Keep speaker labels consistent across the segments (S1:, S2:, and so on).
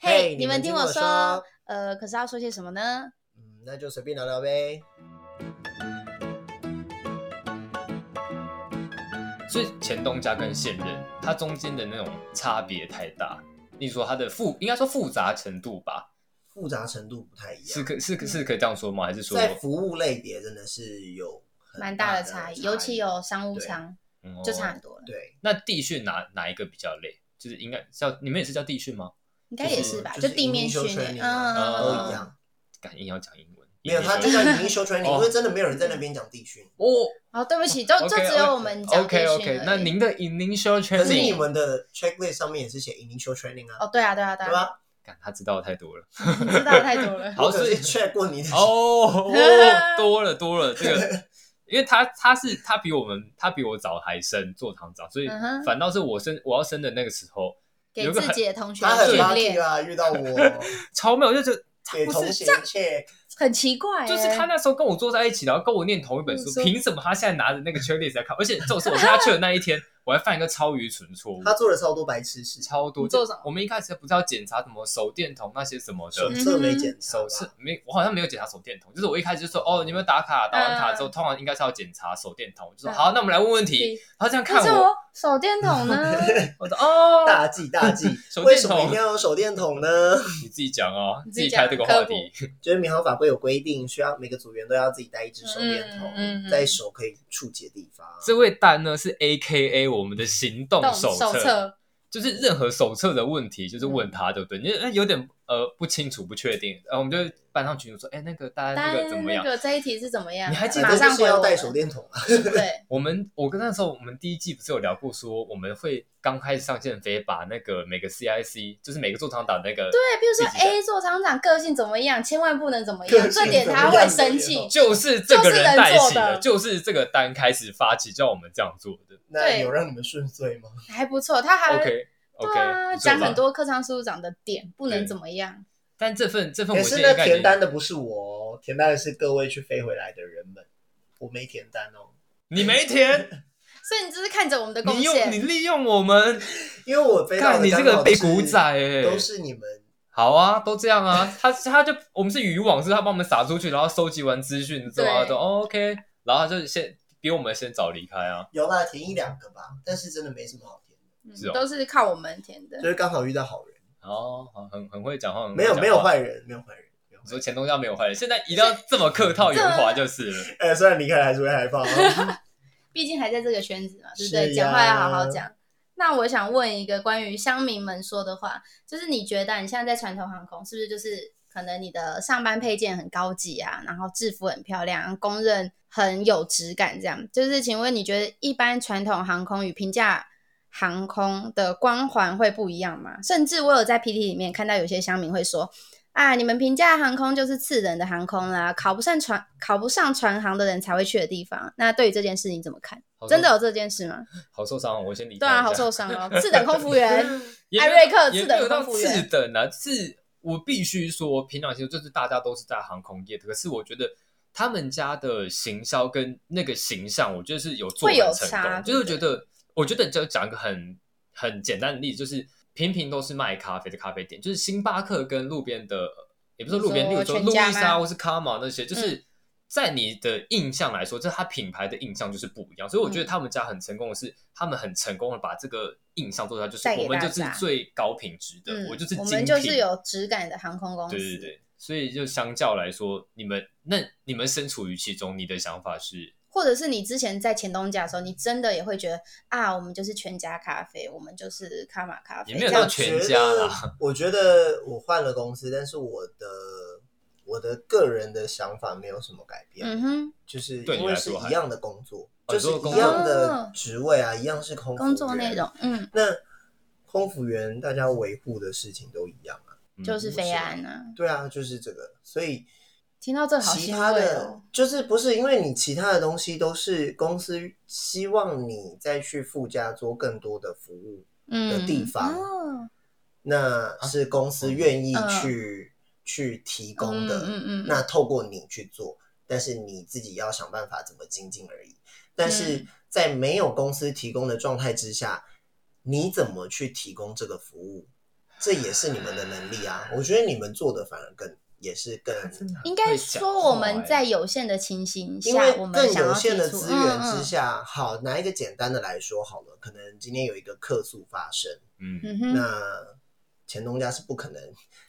S1: 嘿，
S2: 你们听我
S1: 我
S2: 说，呃，可是要说些什么呢？
S1: 嗯，那就随便聊聊呗。
S3: 所以前东家跟现任，它中间的那种差别太大。你说它的复，应该说复杂程度吧，
S1: 复杂程度不太一
S3: 是
S1: 样，
S3: 可
S2: 嗯
S3: 是可是可以这样说吗？还是说，
S1: 在服务类别真的是有很
S2: 蛮
S1: 大
S2: 大的
S1: 差
S2: 差异，尤其有商务
S1: 对
S2: 舱
S3: 嗯
S2: 就差
S3: 哦
S2: 很多了，
S1: 对，
S3: 那地训哪哪一个比较累？就是应该叫你们也是叫地训吗？
S2: 应该也
S3: 就是
S2: 是吧？
S1: 就是
S2: 地面
S1: initial
S2: 训练，
S1: training
S2: 嗯，
S3: 呃
S2: 嗯
S1: 啊都
S2: 嗯
S1: 一。样。
S3: 敢硬要讲英文？
S1: 没有，他就
S3: 英
S1: 叫
S3: 文
S1: initial training，
S3: 哦
S1: 因为真的没有人在那边讲地 区，
S3: 哦
S2: 哦，对不起， 就就
S3: OK，哦
S2: 只有我们讲培
S3: OK
S2: 训
S3: OK，
S2: 而
S3: 那
S2: 已
S3: 您的 initial
S1: 可是你
S3: training，
S1: 们的 checklist 上面也是写 initial training 啊，
S2: 哦，对啊，对啊，对
S1: 对
S2: 啊，
S1: 吧？
S3: 干他知道太 多了。
S2: 知道的太多 了。
S3: 哦好
S1: 我可
S3: 所以
S1: 是 check 过你的，
S3: 哦，多了多了，这个，因为他他是他比我们他比我早还升做堂长，所以
S2: 嗯哼
S3: 反倒是我升我要升的那个时候
S2: 给
S3: 有个
S2: 自己的同学
S1: 他很
S2: 训
S1: lucky
S2: 练，
S1: 啊，遇到我，
S3: 超美，我就觉得他
S1: 给
S3: 不
S1: 同
S3: 是
S1: 学
S3: 这样，
S1: check，
S2: 很奇怪欸，
S3: 就是他那时候跟我坐在一起，然后跟我念同一本
S2: 嗯
S3: 书，
S2: 说
S3: 凭什么他现在拿着那个 checklist 在看？ 而且就是我跟他去的那一天，我还犯一个超愚蠢错误，
S1: 他做了超多白痴事，
S3: 超多。
S2: 你做什么
S3: 我们一开始不是要检查什么手电筒那些什么
S1: 手
S3: 的。
S1: 册没啊检查吧，
S3: 手嗯是没，我好像没有检查手电筒，就是我一开始就说哦，你有没有打卡？打完卡之后，通常应该是要检查手电筒，我就说
S2: 嗯
S3: 好，那我们来问问题。
S2: 对
S3: 他这样看
S2: 可是
S3: 我，
S2: 我手电筒呢？
S3: 我 说哦，
S1: 大忌大忌
S3: 手电筒，
S1: 为什么一定要用手电筒呢？
S3: 你自己讲哦，
S2: 你
S3: 自
S2: 自
S3: 己
S2: 己
S3: 开
S2: 讲
S3: 这个话题。
S1: 就是民航法规有规定，需要每个组员都要自己带一只手电筒，
S2: 嗯嗯嗯
S1: 在手可以触及的地方。 啊
S3: 这位丹呢是 A K A 我们的行动
S2: 动
S3: 手
S2: 手册，
S3: 就是任何手册的问题，就是
S2: 嗯
S3: 问他，对不对？你呃有点呃不清楚、不确定，然后我们就班上群主说，哎，那个大家
S2: 大
S3: 那
S2: 家
S3: 个怎么
S2: 那
S3: 样？
S2: 个这一题是怎么样？
S3: 你还记得
S2: 马上
S1: 是
S2: 回
S1: 要
S2: 我
S1: 带
S2: 们
S1: 手电筒啊？
S2: 对，
S3: 我们我跟那时候我们第一季不是有聊过，说我们会刚开始上线飞，把那个每个 C I C，就是每个做厂党那个，
S2: 对，比如说
S3: 自己讲
S2: A 做厂长个性怎么样，千万不能怎么
S1: 个
S2: 样，
S1: 性
S2: 这点
S1: 怎么
S2: 他
S1: 样
S2: 会
S1: 这
S2: 生
S1: 点
S2: 气
S1: 哦。
S3: 就是这个
S2: 就是人
S3: 带
S2: 做
S3: 起的，
S2: 的
S3: 就是这个单开始发起叫我们这样做的。
S1: 那
S2: 对
S1: 有让你们顺遂吗？
S2: 还不错，他还
S3: OK
S2: 对啊，
S3: OK，
S2: 讲很。多客舱事务长的点，不能怎么样。
S3: 但这份这份
S1: 可
S3: 文件
S1: 是
S3: 应
S1: 那
S3: 该已经
S1: 填单的不是我哦，填单的是各位去飞回来的人们，我没填单哦，
S3: 你没填，
S2: 所以你就是看着我们的贡
S3: 你用你
S2: 献，
S3: 利用我们，
S1: 因为我飞到
S3: 看
S1: 的
S3: 你这
S1: 刚
S3: 个
S1: 好都
S3: 被
S1: 是
S3: 古仔哎、
S1: 都是你们
S3: 好啊，都这样啊，他他就我们是渔网，是他帮我们撒出去，然后收集完资讯之后啊，
S2: 对
S3: 都、哦、OK，然后他就先比我们先早离开啊，
S1: 有啦，填一两个吧，但是真的没什么好填的，
S2: 嗯
S3: 是哦
S2: 都是靠我们填的
S1: 就。是刚好遇到好人，
S3: 哦，好很很会讲话，很会
S1: 没有
S3: 讲话
S1: 没有，坏人，没有坏人。没有坏
S3: 你
S1: 人
S3: 说前东家没有坏人，现在一定要这么客套圆滑就是了。
S1: 哎，虽然离开了还是会害怕啊。
S2: 毕竟还在这个圈子嘛，对不对？
S1: 是呀
S2: 讲话要好好讲。那我想问一个关于乡民们说的话，就是你觉得你嗯现在在传统航空是不是就是可能你的上班配件很高级啊，然后制服很漂亮，公认很有质感，这样？就是请问你觉得一般传统航空与平价航空的光环会不一样吗？甚至我有在 PT 里面看到有些乡民会说。啊，你们平价航空就是次人的航空啦，考不上船考不上船航的人才会去的地方。那对于这件事你怎么看？
S3: 好
S2: 真的有这件事吗？
S3: 好受伤哦，我先离开
S2: 对
S3: 一下。
S2: 啊，好受伤哦！ 次等空服 员，
S3: 也
S2: 艾
S3: 没有
S2: 瑞克次
S3: 也没
S2: 等
S3: 有到
S2: 空服员
S3: 次等啊，是我必须说，平常其实就是大家都是在航空业的，可是我觉得他们家的行销跟那个形象，我觉得是有做
S2: 会有
S3: 很成
S2: 差
S3: 功，就是觉
S2: 对不
S3: 得，我觉得就讲一个很很简单的例子，就是平平都是卖咖啡的咖啡店，就是星巴克跟路边的，也不是说路边，
S2: 你
S3: 例
S2: 说
S3: 如说
S2: 全
S3: 路易
S2: 家
S3: 莎
S2: 吗
S3: 或是卡玛那些，就是。
S2: 嗯
S3: 在你的印象来说，这它品牌的印象就是不一样，所以我觉得
S2: 嗯
S3: 他们家很成功的是，他们很成功的把这个印象做出来，就是
S2: 带给
S3: 我们就是
S2: 大家
S3: 最高品质的，
S2: 嗯，
S3: 我就是
S2: 我
S3: 精
S2: 们
S3: 品
S2: 就是有质感的航空公司。
S3: 对对对，所以就相较来说，你们那你们身处于其中，你的想法是
S2: 或者是你之前在前东家的时候，你真的也会觉得啊，我们就是全家咖啡，我们就是卡玛咖啡，
S3: 也没有
S2: 这
S3: 到
S2: 样
S3: 全家啦
S1: 我觉得我换了公司，但是我的我的个人的想法没有什么改变，
S2: 嗯哼，
S1: 就是
S3: 对
S1: 因
S3: 你
S1: 为
S3: 来
S1: 是
S3: 说
S1: 一
S3: 还
S1: 样的工作，
S3: 哦
S1: 就
S3: 你
S1: 是
S3: 说工
S1: 一
S3: 作
S1: 样的职位啊，一样是空服
S2: 哦工作
S1: 员
S2: 内。
S3: 啊
S2: 容，嗯，
S1: 那空服员大家维护的事情都一样啊，
S3: 嗯
S2: 就是
S1: 是
S2: 飞安啊。
S1: 对啊，就是这个，所以
S2: 听到这好
S1: 其
S2: 欣
S1: 他
S2: 慰
S1: 的
S2: 哦，
S1: 就是不是因为你其他的东西都是公司希望你再去附加做更多的服务，
S2: 嗯，
S1: 地方
S2: 哦
S1: 那是公司愿意去、去提供的，
S2: 呃嗯嗯嗯
S1: 那透过你去做，但是你自己要想办法怎么精进而已。但
S2: 嗯
S1: 是在没有公司提供的状态之下，你怎么去提供这个服务？这也是你们的能力啊。我觉得你们做的反而更也是更，
S2: 啊应该说我们在有限的情形
S1: 因为
S2: 下，我们
S1: 更
S2: 想要
S1: 有
S2: 提
S1: 限的
S2: 出
S1: 资源
S2: 嗯
S1: 之
S2: 嗯
S1: 下，好拿一个简单的来说好了，可能今天有一个客诉发生，
S3: 嗯，
S2: 嗯哼，
S1: 那前东家是不可能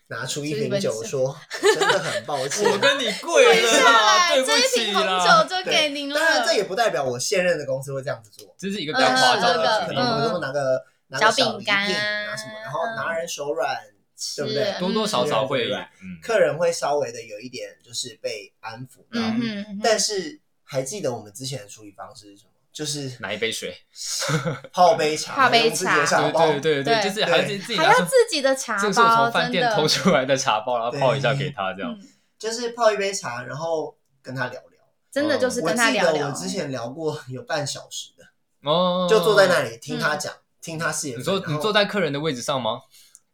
S1: 拿出一
S2: 就是
S1: 瓶
S2: 本
S1: 酒
S2: 身
S1: 说真的很抱歉，
S3: 我跟你跪了啦，对不
S2: 啊这一
S3: 起
S2: 瓶红
S3: 啦
S2: 酒，就
S1: 对
S2: 给您了。
S1: 当然这也不代表我现任的公司会这样子做。
S3: 这是一个比
S1: 比较
S3: 较
S2: 嗯
S3: 夸张
S2: 这
S3: 的
S1: 可
S3: 举
S2: 个
S3: 例
S1: 能我们都拿个拿
S2: 嗯
S1: 个
S2: 小
S1: 小
S2: 饼
S1: 礼品
S2: 干啊
S1: 拿什么，然后拿人手软，
S2: 是
S1: 对不对
S3: 多多少少会，
S1: 对
S3: 嗯，
S1: 客人会稍微的有一点就是被安抚到。
S2: 嗯哼，嗯哼
S1: 但是还记得我们之前的处理方式是什么？就是
S3: 拿一杯水，
S1: 泡杯茶，
S2: 泡杯
S1: 用自己
S2: 茶
S1: 的茶
S3: 对
S1: 包
S3: 对对
S2: 对
S3: 就是还是自己
S2: 还
S3: 拿
S2: 要
S3: 出，
S2: 自己的茶
S3: 这个是我
S2: 包，
S3: 从
S2: 真
S3: 饭
S2: 的。
S3: 店偷出来的茶包，然后
S1: 对
S3: 泡一下给他这样，
S2: 嗯
S1: 就是泡一杯茶，然后跟他聊聊。
S2: 真的就是
S1: 哦我
S2: 跟他
S1: 记
S2: 聊
S1: 得
S2: 聊。
S1: 我之前聊过有半小时的，
S3: 哦，
S1: 就坐在那。
S2: 嗯
S1: 里听他讲，听他写。
S3: 你说
S1: 然后
S3: 你坐在客人的位置上吗？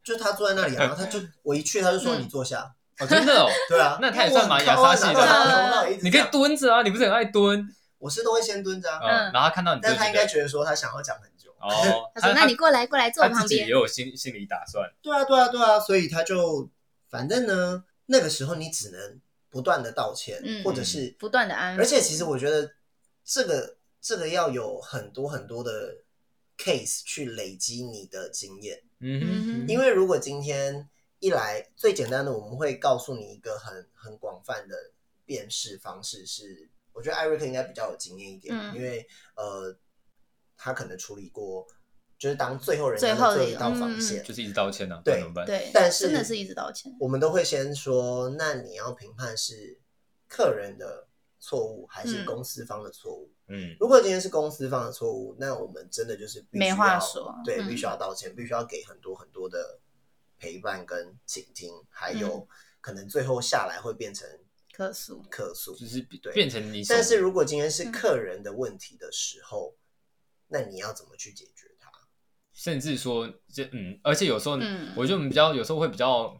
S1: 就他坐在那里啊，然后他就我一去他就说
S2: 嗯
S1: 你坐下，
S3: 哦，真的哦，
S1: 对啊，
S3: 那他也算蛮雅莎系的
S1: 因为我很高啊拿到他头脑一直
S3: 你可
S1: 这
S3: 以
S1: 样
S3: 蹲着啊，你不是很爱蹲？
S1: 我是都会先蹲着啊，
S3: 嗯，然后他看到你就
S1: 但他
S3: 觉
S1: 应该
S3: 得，
S1: 觉得说他想要讲很久。
S3: 哦，
S2: 他说：“那你过来，过来坐
S3: 他
S2: 我
S3: 自
S2: 旁
S3: 己也
S2: 边。
S3: 有心心理打算，
S1: 对啊，对啊，对啊，所以他就反正呢，那个时候你只能不断的道歉，
S2: 嗯
S1: 或者是”
S2: 不断的安抚，
S1: 而且其实我觉得这个这个要有很多很多的 case 去累积你的经验，
S3: 嗯
S2: 嗯
S3: 哼，
S1: 因为如果今天一来最简单的，我们会告诉你一个很很广泛的辨识方式是，我觉得艾瑞克应该比较有经验一点，
S2: 嗯
S1: 因为呃，他可能处理过，就是当最后人
S2: 最
S1: 家
S2: 后
S1: 的最后
S2: 一
S1: 一道
S2: 嗯
S1: 防
S2: 嗯
S1: 线，
S3: 就是一直道歉啊呢，不
S1: 对
S3: 然怎么办？
S2: 对，
S1: 但是
S2: 真的是一直道歉。
S1: 我们都会先说，那你要评判是客人的错误还是
S2: 嗯
S1: 公司方的错误？
S3: 嗯，
S1: 如果今天是公司方的错误，那我们真的就是必须
S2: 没话
S1: 要
S2: 说
S1: 对，
S2: 嗯
S1: 必须要道歉，必须要给很多很多的陪伴跟倾听，还有、
S2: 嗯
S1: 可能最后下来会变成
S2: 客诉
S1: 客诉。
S3: 就是
S1: 对
S3: 变成你手，
S1: 但是如果今天是
S2: 嗯
S1: 客人的问题的时候，那你要怎么去解决它？
S3: 甚至说这嗯，而且有时候
S2: 嗯
S3: 我觉得我们比较有时候会比较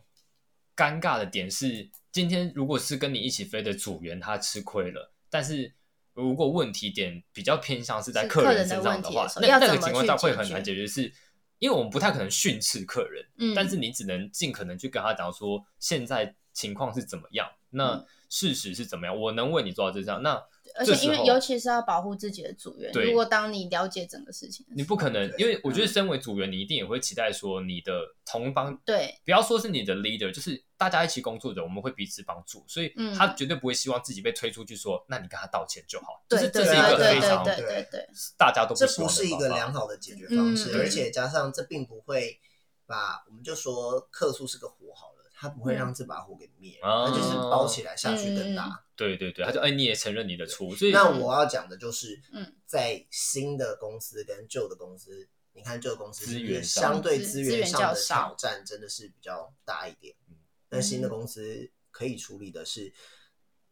S3: 尴尬的点是，今天如果是跟你一起飞的组员他吃亏了，但是。如果问题点比较偏向是在
S2: 是
S3: 客
S2: 客
S3: 人
S2: 人的
S3: 身上
S2: 问
S3: 的
S2: 题
S3: 话
S2: 的时，候
S3: 那
S2: 要
S3: 那
S2: 怎
S3: 个
S2: 么
S3: 情况
S2: 去
S3: 下会
S2: 解
S3: 很
S2: 决
S3: 难解决是，因为我们不太可能训斥客人，
S2: 嗯，
S3: 但是你只能尽可能去跟他讲说现在情况是怎么样，那
S2: 嗯
S3: 事实是怎么样，我能为你做到这样，那
S2: 而
S3: 这
S2: 且
S3: 时
S2: 因为
S3: 候
S2: 尤其是要保护自己的组员，
S3: 对
S2: 如果当你了解整个事情的时候，
S3: 你不可能
S1: 对，
S3: 因为我觉得
S2: 嗯
S3: 身为组员，你一定也会期待说你的同帮，
S2: 对
S3: 不要说是你的 leader，就是大家一起工作的，我们会彼此帮助，所以
S2: 嗯
S3: 他绝对不会希望自己被推出去说，那你跟他道歉就好，就
S2: 对
S3: 是
S2: 对
S3: 这
S2: 对
S3: 是一个
S2: 对
S3: 非
S2: 对
S3: 常
S2: 对对对，
S3: 大家都
S1: 这
S3: 不喜
S1: 不
S3: 欢
S1: 是一
S3: 的
S1: 个
S3: 方法
S1: 良好的解决方式，
S2: 嗯
S1: 而且加上这并不会把我们就说客诉是个火好了，它
S2: 嗯
S1: 不会让这把火给灭，
S3: 嗯
S1: 它就是包起来下去更大。
S3: 对对对，他就哎你也承认你的错，所以
S1: 那我要讲的就是
S2: 嗯，
S1: 在新的公司跟旧的公司，你看旧的公司
S3: 资
S1: 是不
S3: 源
S1: 是
S3: 上
S1: 相对
S2: 资
S1: 资
S2: 资
S1: 源
S2: 源
S1: 上
S2: 较
S1: 的
S2: 少
S1: 挑战真的是比较大一点，那新的公司可以处理的是，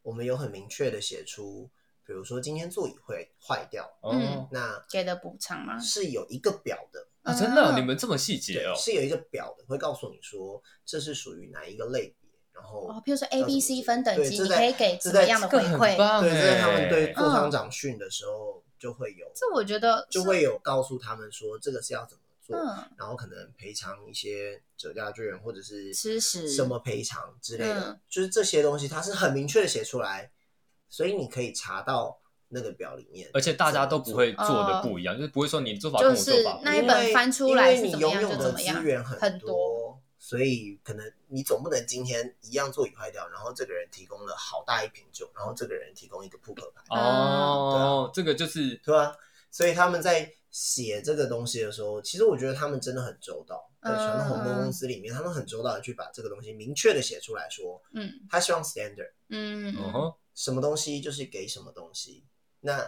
S1: 我们有很明确的写出，比如说今天座椅会坏掉，
S3: 哦
S2: 嗯
S1: 那
S2: 给的补偿吗？
S1: 是有一个表的。
S3: 啊真的
S2: 嗯
S3: 你们这么细节
S1: 对，
S3: 哦，
S1: 是有一个表的，会告诉你说这是属于哪一个类别，然后
S2: 哦，譬如说
S1: 要
S2: A、B、
S1: 怎么解
S2: C
S1: 决
S2: 分等
S1: 对
S2: 级，
S1: 这
S2: 你
S1: 在
S2: 可以给
S1: 这
S2: 怎么
S1: 在
S2: 样的
S3: 这
S2: 回
S3: 个很
S2: 馈？
S3: 棒
S1: 对，这在他们对
S3: 哎
S1: 座舱长训的时候就会有，
S2: 嗯这我觉得
S1: 就是会有告诉他们说这个是要怎么做，
S2: 嗯，
S1: 然后可能赔偿一些折价券或者是
S2: 吃食
S1: 什么赔偿之类的，
S2: 嗯
S1: 就是这些东西它是很明确的写出来，所以你可以查到那个表里面，
S3: 而且大家都不会做的不一样，就是不会说你做法跟
S2: 就
S3: 我做
S2: 是
S3: 法不一
S2: 那一
S3: 样。
S2: 本翻出来
S1: 因为
S2: 是怎
S1: 因为你
S2: 么
S1: 拥
S2: 样
S1: 有
S2: 就怎
S1: 的
S2: 么
S1: 资
S2: 样，
S1: 源
S2: 很
S1: 多，所以可能你总不能今天一样座椅坏掉，然后这个人提供了好大一瓶酒，然后这个人提供一个扑克牌，
S2: 啊
S1: 啊
S3: 哦，这个就是
S1: 对吧？所以他们在写这个东西的时候，其实我觉得他们真的很周到。在传统
S2: 嗯
S1: 航空公司里面，他们很周到的去把这个东西明确的写出来说，
S2: 嗯
S1: 他希望 standard
S2: 嗯，
S3: 嗯哼，
S1: 什么东西就是给什么东西，那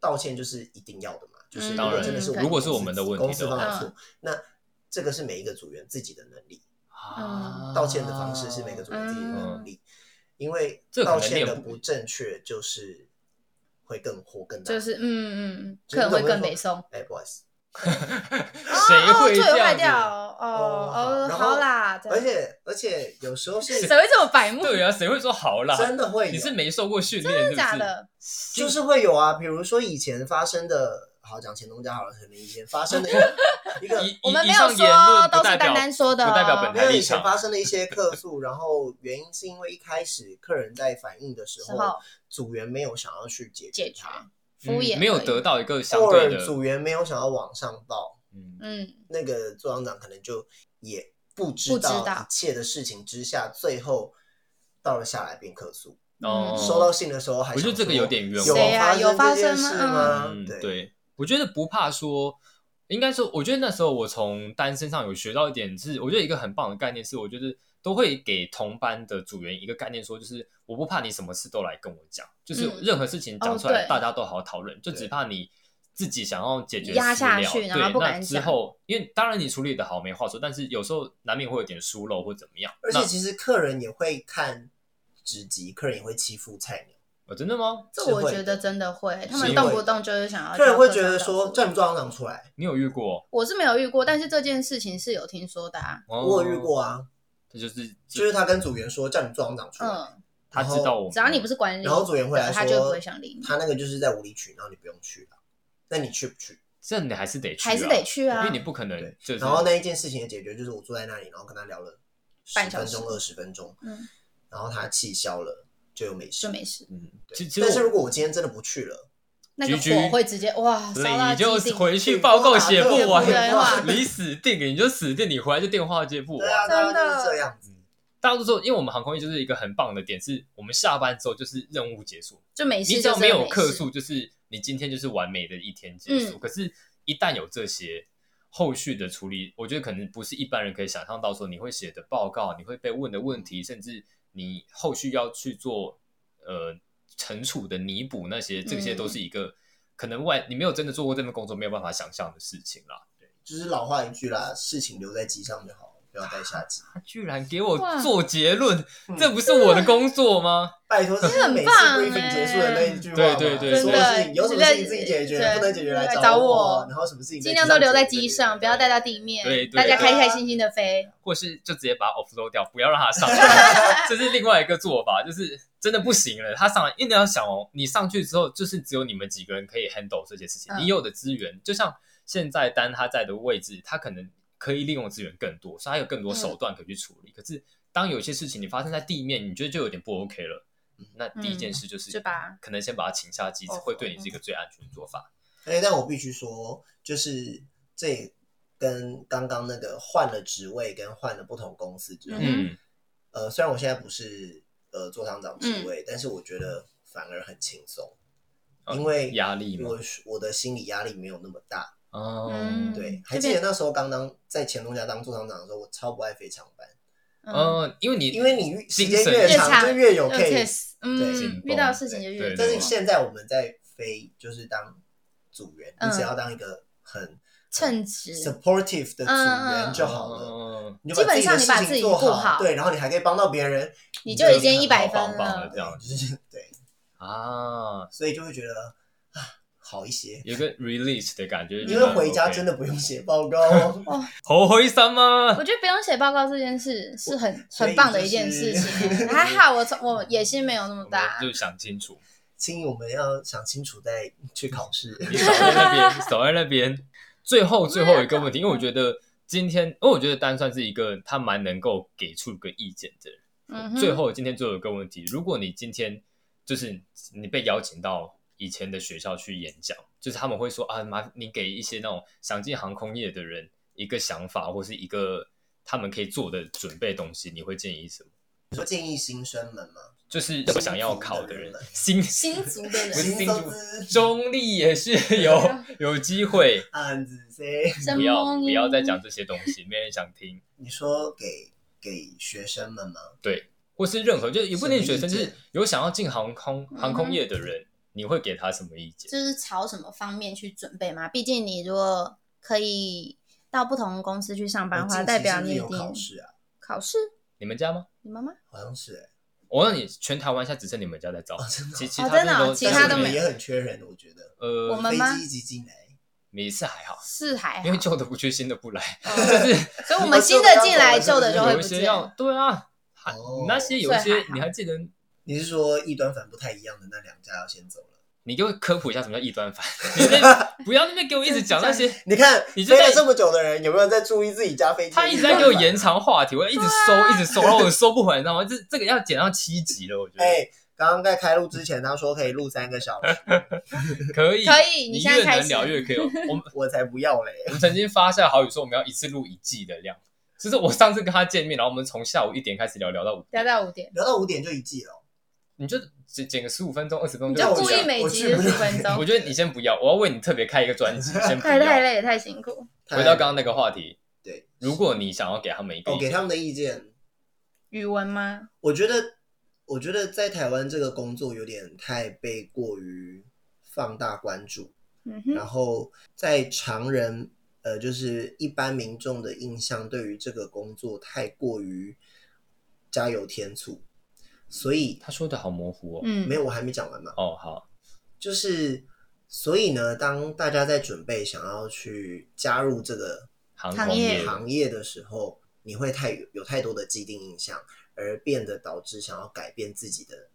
S1: 道歉就是一定要的嘛，就是
S2: 嗯
S1: 如果真的是
S2: 当然
S1: 们
S2: 如
S3: 果是我们的问题
S1: 公司
S3: 的话
S1: 方的错
S2: 嗯，
S1: 那这个是每一个组员自己的能力，
S3: 啊
S1: 道歉的方式是每个组员自己的
S2: 嗯
S1: 能力，因为道歉的不正确就是会更火更大，
S2: 就是嗯嗯嗯，
S1: 就
S2: 可
S1: 是
S2: 能会
S1: 你懂
S2: 更
S1: 得说
S2: 没松。
S1: 哎，不好意思，
S2: 啊哦
S3: 谁会
S2: 就
S3: 这
S2: 坏
S3: 样
S2: 掉
S3: 子？
S2: 哦
S1: 哦
S2: 哦，
S1: 好
S2: 好啦，这样
S1: 而且而且有时候是
S2: 谁会这么白目？
S3: 对啊，谁会说好啦？
S1: 真的会有，
S3: 你是没受过训练，
S2: 真
S3: 真
S2: 的假的？
S1: 就是会有啊，比如说以前发生的好讲前东家好了，可能以前发生的一个 一个
S3: 以
S2: 我
S3: 以
S2: 们没
S3: 以
S2: 有
S3: 上
S2: 说
S3: 言论
S2: 都
S3: 不
S2: 是
S3: 代表嗯
S2: 丹丹说的哦
S3: 不代表本
S1: 没
S3: 台
S1: 有
S3: 立
S1: 以前
S3: 场。
S1: 发生了一些客诉，然后原因是因为一开始客人在反映的时
S2: 时
S1: 候
S2: 候，
S1: 组员没有想要去解
S2: 解决
S1: 它，
S2: 敷衍、
S3: 啊嗯没有得，到一个相
S1: 或
S3: 对
S1: 者
S3: 的，
S1: 组员没有想要往上报，
S3: 嗯，
S2: 嗯，
S1: 那个组长长可能就也不
S2: 不
S1: 知
S2: 知
S1: 道
S2: 道
S1: 一切的事情之下，最后到了下来变客诉。
S2: 嗯
S3: 哦，
S1: 收到信的时候还想
S3: 我
S1: 说，
S3: 觉得这个有点冤枉
S2: 谁啊
S1: 有
S2: 有发
S1: 这件
S2: 生吗
S1: 事
S3: 嗯，
S1: 对，
S3: 对，我觉得不怕说，应该说，我觉得那时候我从丹身上有学到一点是，我觉得一个很棒的概念是，我觉得都会给同班的组员一个概念说，就是我不怕你什么事都来跟我讲，就是
S2: 嗯
S3: 任何事情讲
S2: 哦
S3: 出来，
S2: 对
S3: 大家都好好讨论，就
S1: 对
S3: 只怕你。自己想要解决
S2: 压
S3: 私
S2: 下
S3: 了
S2: 去然
S3: 对
S2: 后不
S3: 那
S2: 敢
S3: 之
S2: 讲
S3: 后，因为当然你处理的好没话说，但是有时候难免会有点疏漏或怎么样。
S1: 而
S3: 那
S1: 且其实客人也会看职级，客人也会欺负菜鸟，
S3: 哦真的吗？
S2: 这
S1: 是
S2: 我
S1: 会
S2: 觉
S1: 的
S2: 得真的会，他
S1: 是
S2: 们
S1: 会
S2: 动
S1: 的
S2: 不动就是想要，
S1: 客人会觉得说叫你们做行长出来，
S3: 你有遇过？
S2: 我是没有遇过，但是这件事情是有听说的啊，
S3: 哦
S1: 我有遇，过啊，
S3: 这就是
S1: 就是他跟组员说叫你们做行长出来，
S2: 嗯，
S3: 他知道我们，
S2: 只要你不是管理，
S1: 然后组员会来
S2: 对
S1: 说
S2: 他就不会想理你，
S1: 他那个就是在无理取闹，你不用去了，那你去不去？
S3: 这你还是得去、啊，
S2: 还是得去啊
S3: 因为你不可能
S1: 对
S3: 就是。
S1: 然后那一件事情的解决就是我坐在那里，然后跟他聊了十
S2: 半小
S1: 分
S2: 时
S1: 钟、二十分钟，
S2: 嗯，
S1: 然后他气消了，就又没事
S2: 就。没事，
S3: 嗯，
S1: 对
S3: 其其
S1: 但是
S3: 实
S1: 如果我今天真的不去了，
S2: 那个
S3: 居居
S2: 火会直接哇烧
S3: 我
S2: 到
S3: 你就
S2: 基地啊
S3: 回去报告写不
S2: 打电话
S3: 完，你死定，你就死定，你回来就电话接不
S1: 对
S3: 完。
S1: 啊，
S2: 真的
S1: 大家就是这样子，
S3: 大家都说，因为我们航空业就是一个很棒的点，是我们下班之后就是任务结束，
S2: 就没
S3: 你
S2: 事，
S3: 只要
S2: 就
S3: 没
S2: 真的
S3: 有客
S2: 事，
S3: 诉，就是你今天就是完美的一天结束。
S2: 嗯
S3: 可是，一旦有这些后续的处理，我觉得可能不是一般人可以想象到，说你会写的报告，你会被问的问题，甚至你后续要去做呃惩处的弥补那些，这些
S2: 嗯
S3: 都是一个、可能外你没有真的做过这份工作，没有办法想象的事情啦。
S1: 就是老话一句啦，事情留在机上就好，不要带下机。
S3: 他居然给我
S2: 哇
S3: 做结论
S1: 嗯，
S3: 这不是我的工作吗？
S1: 拜托，这是每次
S2: 棒
S1: briefing
S2: 欸
S1: 结束的那一句话嘛，
S3: 对对对
S1: 所有事情有什么事情自己解
S2: 真
S1: 决，
S2: 的
S1: 不能解决来
S2: 对
S1: 找
S2: 找我
S1: 然后什么事情
S2: 尽量都留在机
S1: 机
S2: 上，不要带到地面，
S3: 对对
S2: 大家
S3: 对
S2: 开开心心的飞，
S3: 或是就直接把它 offload 掉，不要让它上来，这是另外一个做法，就是真的不行了，它上来，因为你要想哦，你上去之后，就是只有你们几个人可以 handle 这些事情，
S2: 嗯
S3: 你有的资源，就像现在丹他在的位置，他可能可以利用的资源更多，所以他有
S2: 嗯
S3: 更多手段可以去处理。可是当有些事情你发生在地面，你觉得就有点不 OK 了
S1: 嗯。
S3: 那第一件事就是，
S2: 就把
S3: 可能先把它请下机子，
S2: 哦
S3: 会对你是一个最安全的做法。
S1: 哎、但我必须说，就是这也跟刚刚那个换了职位跟换了不同公司之后，
S2: 嗯
S3: 嗯，
S1: 呃，虽然我现在不是呃做厂长职
S2: 嗯
S1: 位，但是我觉得反而很轻松，
S3: 哦
S1: 因为
S3: 压力嘛
S1: 我，我的心理压力没有那么大。
S3: 哦，
S2: 嗯
S1: 对
S2: 这，
S1: 还记得那时候刚当在前东家当做厂长的时候，我超不爱非常班，
S2: 嗯，
S3: 嗯，因为你
S1: 因为你
S3: 精
S1: 时间
S3: 神
S1: 越
S2: 越
S1: 长
S2: 长
S1: 就越有
S2: 有
S1: case。
S2: case，
S1: 对
S2: 嗯，遇到事情就
S3: 对
S2: 越多
S1: 但是现在我们在飞，就是当组员，你只
S2: 嗯
S1: 要当一个很
S2: 称职，嗯
S1: supportive 的组员就好了。
S3: 嗯
S1: 你就把自己的
S2: 基
S1: 事
S2: 本上你把
S1: 情
S2: 自己
S1: 做
S2: 顾好
S1: 对，然后你还可以帮到别人，
S2: 你就已经
S1: 你
S2: 一
S1: 就
S2: 百
S1: 很
S2: 分
S3: 棒棒了
S2: 了
S3: 这。样
S1: 就是对，
S3: 啊，
S1: 所以就会觉得啊好一些，
S3: 有个 release 的感觉，
S1: 因为回家真
S3: 的
S1: 的不用写报告，
S3: 好灰心吗？
S2: 我觉得不用写报告这件事是很
S1: 所以
S2: 很棒的一件事
S1: 就
S2: 情，欸
S1: 是
S2: 还好我从我野心没有那么大
S3: 我，就想清楚，
S1: 亲，我们要想清楚再去考试。
S3: 你守在那 边，守在那边。最后最后一个问题，因为我觉得今天，因为我觉得丹算是一个他蛮能够给出一个意见的人。
S2: 嗯哼，
S3: 最后今天最后一个问题，如果你今天就是你被邀请到以前的学校去演讲，就是他们会说啊，麻你给一些那种想进航空业的人一个想法，或是一个他们可以做的准备东西，你会建议什么？
S1: 你说建议新生们吗？
S3: 就是有想要考的人，新
S2: 新族的
S3: 不是
S2: 人，
S1: 新
S3: 新
S1: 生
S3: 竹
S1: 之
S3: 中立也是有有机会，
S1: 案子 C，
S2: 啊什
S3: 哦不要
S2: 么
S3: 不要再讲这些东西，没人想听。
S1: 你说给给学生们吗？
S3: 对，或是任何就是也不一定是学生，
S1: 什
S3: 就
S1: 么意见嗯
S3: 是有想要进航空
S2: 哼
S3: 航空业的人，你会给他什么意见？
S2: 就是朝什么方面去准备嘛？毕竟你如果可以到不同公司去上班
S1: 我
S2: 的话，
S1: 近
S2: 代
S1: 期
S2: 表
S1: 是不
S2: 你
S1: 是
S2: 一
S1: 有
S2: 定
S1: 考试啊，
S2: 考试，
S3: 你们家吗？
S2: 你们吗？
S1: 好像是哎，
S3: 我让你全台湾现在只剩你们家在招，
S1: 真的哦
S3: 其其
S2: 哦
S3: 他
S2: 真的哦
S3: 都
S2: 其他
S1: 但是
S2: 都
S1: 你
S2: 没
S1: 们
S2: 有
S1: 也很缺人，我觉得。
S2: 我
S3: 呃，
S2: 们吗
S1: 飞机一直进来，
S3: 每次还好，
S2: 是还好
S3: 因为，旧的不去，新的不来，
S2: 嗯
S3: 就是
S2: 所以我们新的进来， 旧的就会
S3: 有
S2: 不
S3: 一些
S2: 见。
S3: 要对啊，还
S1: 哦
S3: 那些有一
S2: 所以
S3: 些
S2: 还好
S3: 你还记得
S1: 你是说异端反不太一样的那两家要先走了？
S3: 你给我科普一下什么叫异端法？ 你 在不要那边给我一直讲那些，
S1: 你看
S3: 你就
S1: 飞
S3: 在
S1: 了这么久的人，有没有在注意自己家飞机？
S3: 他一直在给我延长话题，我要一直收、
S2: 啊
S3: 一直收，然后我收不回来，你知道吗？这这个要剪到七集了，我觉得、
S1: 哎，刚刚在开录之前，他说可以录三个小时，
S3: 可以，
S2: 可以你
S3: 你
S2: 现在
S3: 越
S2: 开
S3: 能
S2: 始
S3: 聊越可以。哦我们
S1: 我才不要嘞！
S3: 我们曾经发下好语说我们要一次录一季的量，就是我上次跟他见面，然后我们从下午一点开始聊聊到五，
S2: 聊到五点，
S1: 聊到五点就一季了，哦
S3: 你就剪剪个十五分钟、二十分
S2: 你
S3: 钟
S2: 就
S3: 就
S1: 我
S2: 故
S3: 过去
S1: 觉
S2: 意每集二
S1: 得我
S3: 了。
S1: 是不
S2: 十
S1: 是
S2: 分钟
S3: 我，觉得你先不要，我要为你特别开一个专辑，先不
S2: 太太
S3: 要。
S2: 累也太辛苦。
S3: 回到刚刚那个话题，
S1: 对，
S3: 如果你想要给他们一个
S1: 我
S3: 意
S1: 给
S3: 见，
S1: 他们的意见，
S2: 语文吗？
S1: 我觉得，我觉得在台湾这个工作有点太被过于放大关注，
S2: 嗯
S1: 然
S2: 哼，
S1: 后在常人呃，就是一般民众的印象对于这个工作太过于加油添醋，所以
S3: 他说的好模糊哦。
S2: 嗯，
S1: 没有我还没讲完嘛，
S3: 哦，好，
S1: 就是所以呢，当大家在准备想要去加入这个
S3: 航
S2: 行
S3: 空
S2: 业
S3: 业
S1: 行业的时候，你会太有太多的既定印象，而变得导致想要改变自己的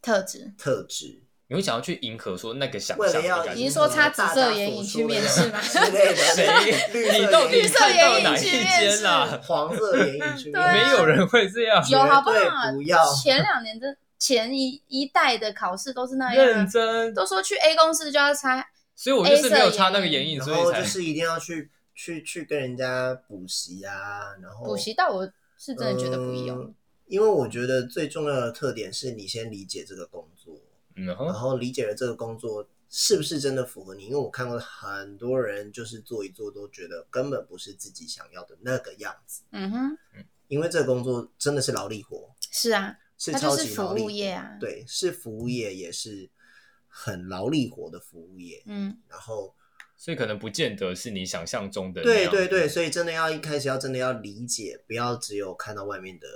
S2: 特质。
S1: 特质。
S3: 你会想要去迎合说那个想
S1: 为
S3: 象
S1: 了
S3: 应该
S1: 要
S3: 是，
S2: 你是说擦紫色眼影去面试吗
S1: 之类的，
S3: 谁？
S1: 绿
S3: 你到底
S2: 绿色
S3: 看
S2: 眼
S3: 到
S2: 影
S3: 哪一
S2: 去面
S3: 间
S2: 试
S3: 啦、
S1: 黄色眼影去面试？
S2: 对啊
S3: 没有人会这样
S2: 有好不
S1: 绝
S2: 好？
S1: 对不要
S2: 前两年真前一一代的考试都是那样
S3: 认
S2: 啊，
S3: 真，哦
S2: 都说去 A 公司就要擦，
S3: 所以我就是没有擦那
S2: 哎
S3: 个眼影，
S1: 然
S3: 所以
S1: 后
S3: 才
S1: 就是一定要去去去跟人家补习啊，然后
S2: 补习，但我是真的觉得不用
S1: 嗯。因为我觉得最重要的特点是你先理解这个工作，
S3: 嗯
S1: 然
S3: 哼，
S1: 后理解了这个工作是不是真的符合你。因为我看过很多人就是做一做都觉得根本不是自己想要的那个样子，
S2: 嗯哼，
S1: 因为这个工作真的是劳力活，
S2: 是啊，
S1: 是
S2: 它
S1: 超
S2: 就是
S1: 级
S2: 服
S1: 劳力
S2: 务
S1: 活
S2: 业啊。，
S1: 对，是服务业，也是很劳力活的服务业。
S2: 嗯，
S1: 然后，
S3: 所以可能不见得是你想象中的那
S1: 对
S3: 样
S1: 对对，，所以真的要一开始要真的要理解，不要只有看到外面的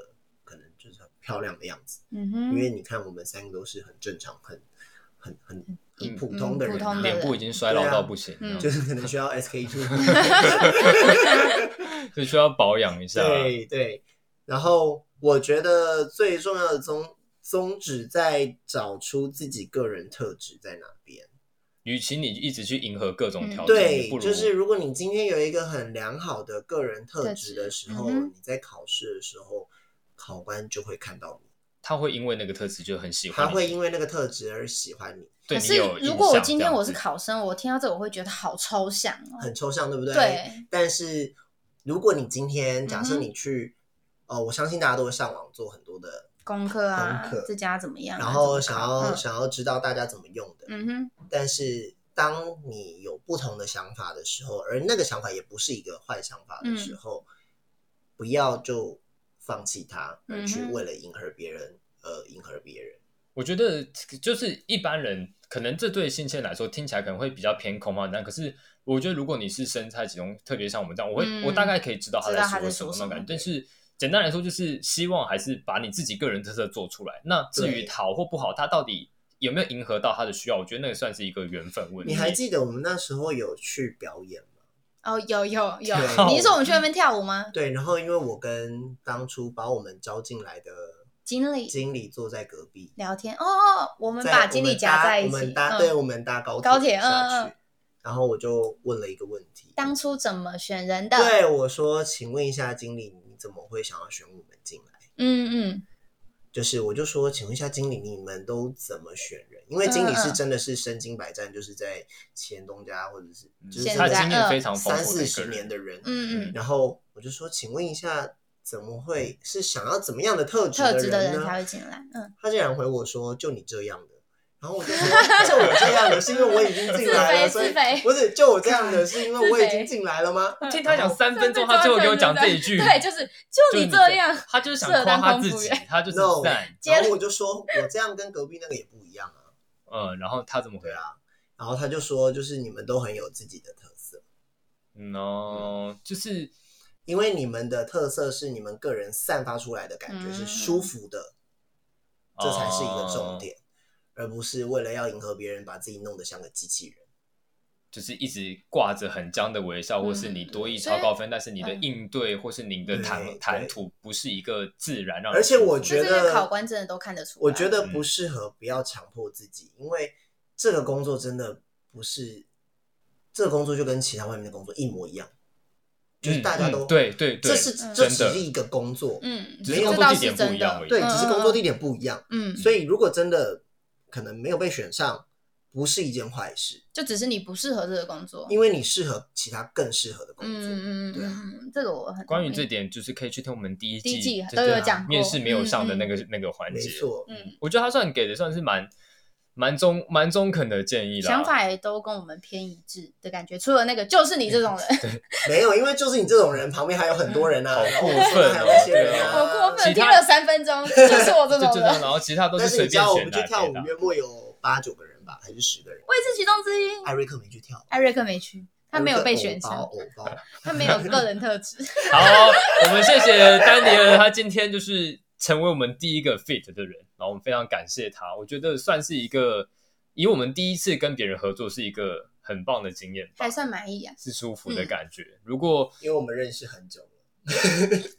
S1: 可能就是很漂亮的样子，
S2: 嗯
S1: 因为
S2: 哼，
S1: 你看我们三个都是很正常、很很很
S3: 嗯
S1: 很普通的
S2: 嗯
S1: 人
S2: 普通
S1: 啊，
S2: 的
S3: 脸部已经衰老到不行，
S2: 对啊嗯
S1: 就是是可能需要 SK two，
S3: 就需要保养一下。
S1: 对对。然后我觉得最重要的宗宗旨在找出自己个人特质在哪边。
S3: 与其你一直去迎合各种条
S2: 嗯
S3: 件，你
S1: 对
S3: 不，如
S1: 就是如果你今天有一个很良好的个人特质的时候，
S2: 特质嗯哼
S1: 你在考试的时候，考官就会看到你，
S3: 他会因为那个特质就很喜欢
S1: 他
S3: 你，
S1: 会因为那个特质而喜欢你，
S3: 对
S2: 可
S3: 你
S2: 是
S3: 有
S2: 如
S3: 印
S2: 果我
S3: 象
S2: 今
S3: 这
S2: 天
S3: 样
S2: 我是
S3: 子
S2: 考生，我听到这我会觉得好抽象哦。
S1: 很抽象，对不对？。
S2: 对，
S1: 但是如果你今天假设
S2: 嗯哼
S1: 你去，哦，我相信大家都会上网做很多的，
S2: 功课啊
S1: 功课，
S2: 这家怎么样啊？
S1: 然后
S2: 怎
S1: 想
S2: 么考
S1: 要、
S2: 嗯
S1: 想要知道大家怎么用的，
S2: 嗯哼，
S1: 但是。当你有不同的想法的时候，而那个想法也不是一个坏想法的
S2: 嗯
S1: 时候，不要就放弃它，而去
S2: 嗯哼
S1: 为了迎合别人而迎合别人。
S3: 我觉得就是一般人，可能这对新鲜来说听起来可能会比较偏空嘛，但可是我觉得如果你是身在其中，特别像我们这样，我会、
S2: 嗯
S3: 我大概可以知道他
S2: 知道他
S3: 在
S2: 在
S3: 说
S2: 说
S3: 什么那
S2: 什
S3: 种
S2: 么
S3: 感觉。但是简单来说，就是希望还是把你自己个人特色做出来。那至于
S1: 对
S3: 好或不好，他到底有没有迎合到他的需要，我觉得那个算是一个缘分问题。
S1: 你还记得我们那时候有去表演吗？
S2: 哦，有有有
S1: 跳，舞
S2: 你是说我们去那 边跳舞吗？
S1: 对，然后因为我跟当初把我们招进来的
S2: 经理
S1: 经理坐在隔壁，
S2: 聊天哦哦，我们
S1: 在
S2: 把经理夹在一
S1: 我们
S2: 起。
S1: 搭，我们搭
S2: 嗯
S1: 对，我们搭高
S2: 高铁
S1: 下
S2: 嗯
S1: 去。然后我就问了一个问题，
S2: 当初怎么选人的？
S1: 对我说：“请问一下经理，你怎么会想要选我们进来？”
S2: 嗯嗯，
S1: 就是我就说，请问一下经理，你们都怎么选人？因为经理
S2: 嗯
S1: 是真的是身经百战，就是在前东家或者是就是
S2: 现
S3: 嗯他
S2: 在
S3: 的经验非常丰
S1: 三
S3: 富的
S1: 四
S3: 一
S1: 十
S3: 个
S1: 年
S3: 人，
S1: 的人，
S2: 嗯嗯，
S1: 然后我就说，请问一下，怎么会是想要怎么样的特质
S2: 特质的人
S1: 呢？
S2: 才会进来。嗯，
S1: 他竟然回我说，就你这样的。然后我就说， 就我这样的是因为我已经进来了，
S2: 自
S1: 所
S2: 卑
S1: 以
S2: 自卑
S1: 不是就我这 样的是因为我已
S2: 自
S1: 经
S2: 卑
S1: 进来了吗？
S3: 听他讲三分钟，
S2: 嗯三
S3: 他最后给我讲这
S2: 分钟
S3: 一句，
S2: 对， 就是就你这样，
S3: 他就是想
S2: 适合
S3: 夸
S2: 当
S3: 他
S2: 空
S3: 自
S2: 服
S3: 己
S2: 员，
S3: 他就是
S1: No
S3: 赞，
S2: 接
S1: 然
S2: 了
S1: 后我就说，我这样跟隔壁那个也不一样啊。
S3: 嗯，然后他怎么回
S1: 对？啊，然后他就说，就是你们都很有自己的特色。
S3: 嗯哦，就是
S1: 因为你们的特色是你们个人散发出来的感觉
S3: 嗯
S1: 是舒服的，这才是一个
S3: 哦呃
S1: 重点，而不是为了要迎合别人把自己弄得像个机器人。
S3: 就是一直挂着很僵的微
S2: 嗯
S3: 笑，或是你多一超高分，但是你的
S2: 嗯
S3: 应对或是你的谈
S1: 对
S3: 谈吐不是一个自然让人
S1: 而且我
S3: 舒服
S1: 觉
S2: 这
S1: 得
S3: 嗯
S2: 个考官真的都看得出来
S1: 我觉得不适合，不要强迫自己，因为这个工作真的不是，这个工作就跟其他外面的工作一模一样，就是大家都、
S3: 嗯对对对，
S1: 这是
S2: 嗯
S1: 这
S3: 真
S1: 只
S3: 的
S1: 是一个工作，
S2: 嗯，
S3: 只
S1: 没
S3: 是
S1: 有
S3: 工
S2: 这
S3: 作
S2: 倒
S3: 地点
S2: 是
S3: 不
S2: 真
S3: 一样而
S2: 的，
S3: 已。
S1: 对，
S2: 嗯
S1: 只是工作地点不一样。
S2: 嗯，
S1: 所以如果真的可能没有被选上，不是一件坏事，
S2: 就只是你不适合这个工作。
S1: 因为你适合其他更适合的工作。
S2: 哦嗯嗯嗯
S1: 对啊
S2: 嗯嗯，这个我很
S3: 关于
S2: 同
S3: 这
S2: 意
S3: 点，就是可以去听我们第一
S2: 第一季
S3: 季
S2: 都
S3: 就
S2: 有
S3: 是
S2: 讲过
S3: 面试没有上的那个
S2: 嗯
S3: 那个环
S1: 没
S3: 节。
S1: 错，
S2: 嗯
S3: 我觉得他算给的算是蛮蛮中蛮中肯的啊建议啦。
S2: 想法也都跟我们偏一致的感觉，除了那个就是你这种人，
S1: 没有，因为就是你这种人，旁边还有很多人啊，
S3: 好
S1: 然后
S3: 过
S1: 我身边还有
S3: 分哦
S1: 那些人啊，
S2: 好过分，
S3: 其
S2: 听
S3: 他
S2: 了三分钟 就是我这种
S3: 就就这样，
S2: 人，
S3: 然后其他都
S1: 但是
S3: 随
S1: 你知
S3: 便
S1: 道我
S3: 选
S1: 们
S3: 来
S1: 去跳舞
S3: 的。啊
S1: 约莫有八九个人吧，还是十个人？
S2: 我也是其中之一。
S1: 艾瑞克没去跳，
S2: 艾瑞克没去，嗯他没有被选
S3: 哦
S1: 艾
S2: 上，
S1: 瑞克偶包，偶包
S2: 他没有个人特质。
S3: 好，我们谢谢丹尼尔，他今天就是成为我们第一个 fit 的人，然后我们非常感谢他，我觉得算是一个以我们第一次跟别人合作是一个很棒的经验吧
S2: 还，算满意啊。
S3: 是舒服的感觉。如果
S1: 因为我们认识很久了，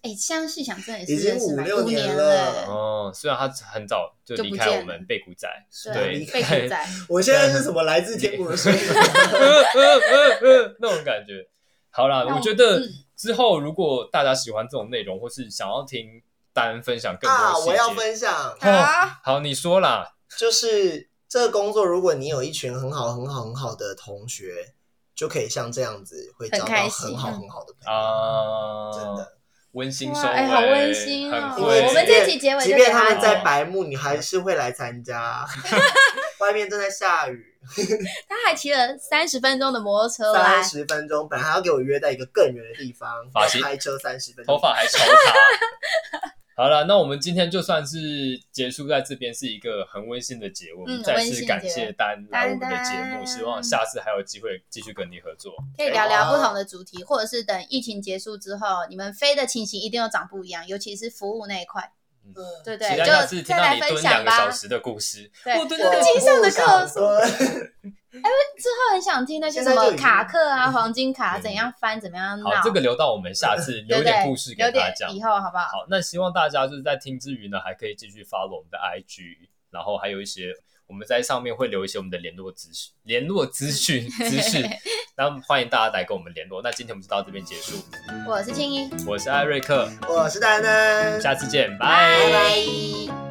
S2: 哎、这样细想，真的也是
S1: 已经
S2: 认识
S1: 五
S2: 蛮
S1: 六
S2: 多
S1: 年
S2: 了。
S3: 哦，虽然他很早就
S2: 就
S3: 离
S2: 不
S3: 开
S2: 见
S3: 我们
S2: 了
S3: 贝古仔，
S2: 对，
S1: 对
S2: 被古 仔，
S3: 哦
S1: 我现在是什么来自天国的声音？
S3: 呃呃呃呃那种感觉。好啦，
S2: 那我
S3: 我觉得
S2: 嗯
S3: 之后如果大家喜欢这种内容，或是想要听丹分享 更
S1: 啊，
S3: 多
S1: 我要
S3: 细节，
S1: 分享，
S3: 哦，好，你说啦，
S1: 就是这个工作，如果你有一群很好、很好、很好的同学，就可以像这样子，会
S2: 很
S1: 交到
S2: 开心
S1: 很好、很好的朋友。
S3: 啊，
S1: 真的，
S3: 温馨
S2: 哇
S3: 收尾，
S2: 哎好温馨哦
S3: 很
S1: 因
S3: 会
S1: 为
S2: 我们
S1: 即便
S2: 这期结尾就
S1: 即便
S2: 给
S1: 他
S2: 他
S1: 们在
S3: 哦
S1: 白目，你还是会来 参加。外面正在下雨，
S2: 他还骑了三十分钟的摩托车来
S1: 三，十分钟，本来还要给我约在一个更远的地方，
S3: 发型
S1: 开车三十分钟，
S3: 头发还超长。 好了，那我们今天就算是结束在这边，是一个很温馨的结尾。我们
S2: 嗯
S3: 再
S2: 温
S3: 次
S2: 馨
S3: 感
S2: 结尾
S3: 谢丹来我们的节
S2: 丹
S3: 目，
S2: 丹
S3: 希望下次还有机会继续跟你合作。
S2: 可以聊聊不同的主题，或者是等疫情结束之后，你们飞的情形一定又长不一样，尤其是服务那一块，
S1: 嗯
S2: 对不
S3: 期
S2: 对？
S3: 待下次
S2: 就
S3: 听
S2: 再
S3: 到
S2: 来
S3: 你
S2: 分
S3: 蹲两
S2: 享
S3: 个
S2: 吧
S3: 小。时的哦故事，
S2: 对
S3: 我蹲
S1: 我
S3: 了
S2: 经上的
S1: 不想
S2: 课
S1: 说
S2: 之后很想听那些
S1: 现
S2: 什
S1: 在就
S2: 么
S1: 已经
S2: 卡克啊、黄金卡
S3: 嗯
S2: 怎样翻、怎么样
S3: 好
S2: 闹，，
S3: 这个留到我们下次
S2: 对
S3: 留
S2: 不
S3: 点
S2: 嗯对？
S3: 故事给
S2: 有
S3: 大
S2: 点
S3: 家。
S2: 以后好不好？
S3: 好，那希望大家就是在听之余呢，还可以继续 follow 我们的 IG，然后还有一些我们在上面会留一些我们的联络资讯、联络 资讯、资讯，那欢迎大家来跟我们联络。那今天我们就到这边结束，
S2: 我是青衣，
S3: 我是艾瑞克，
S1: 我是丹丹，
S3: 下次见，
S2: 拜
S1: 拜
S2: 拜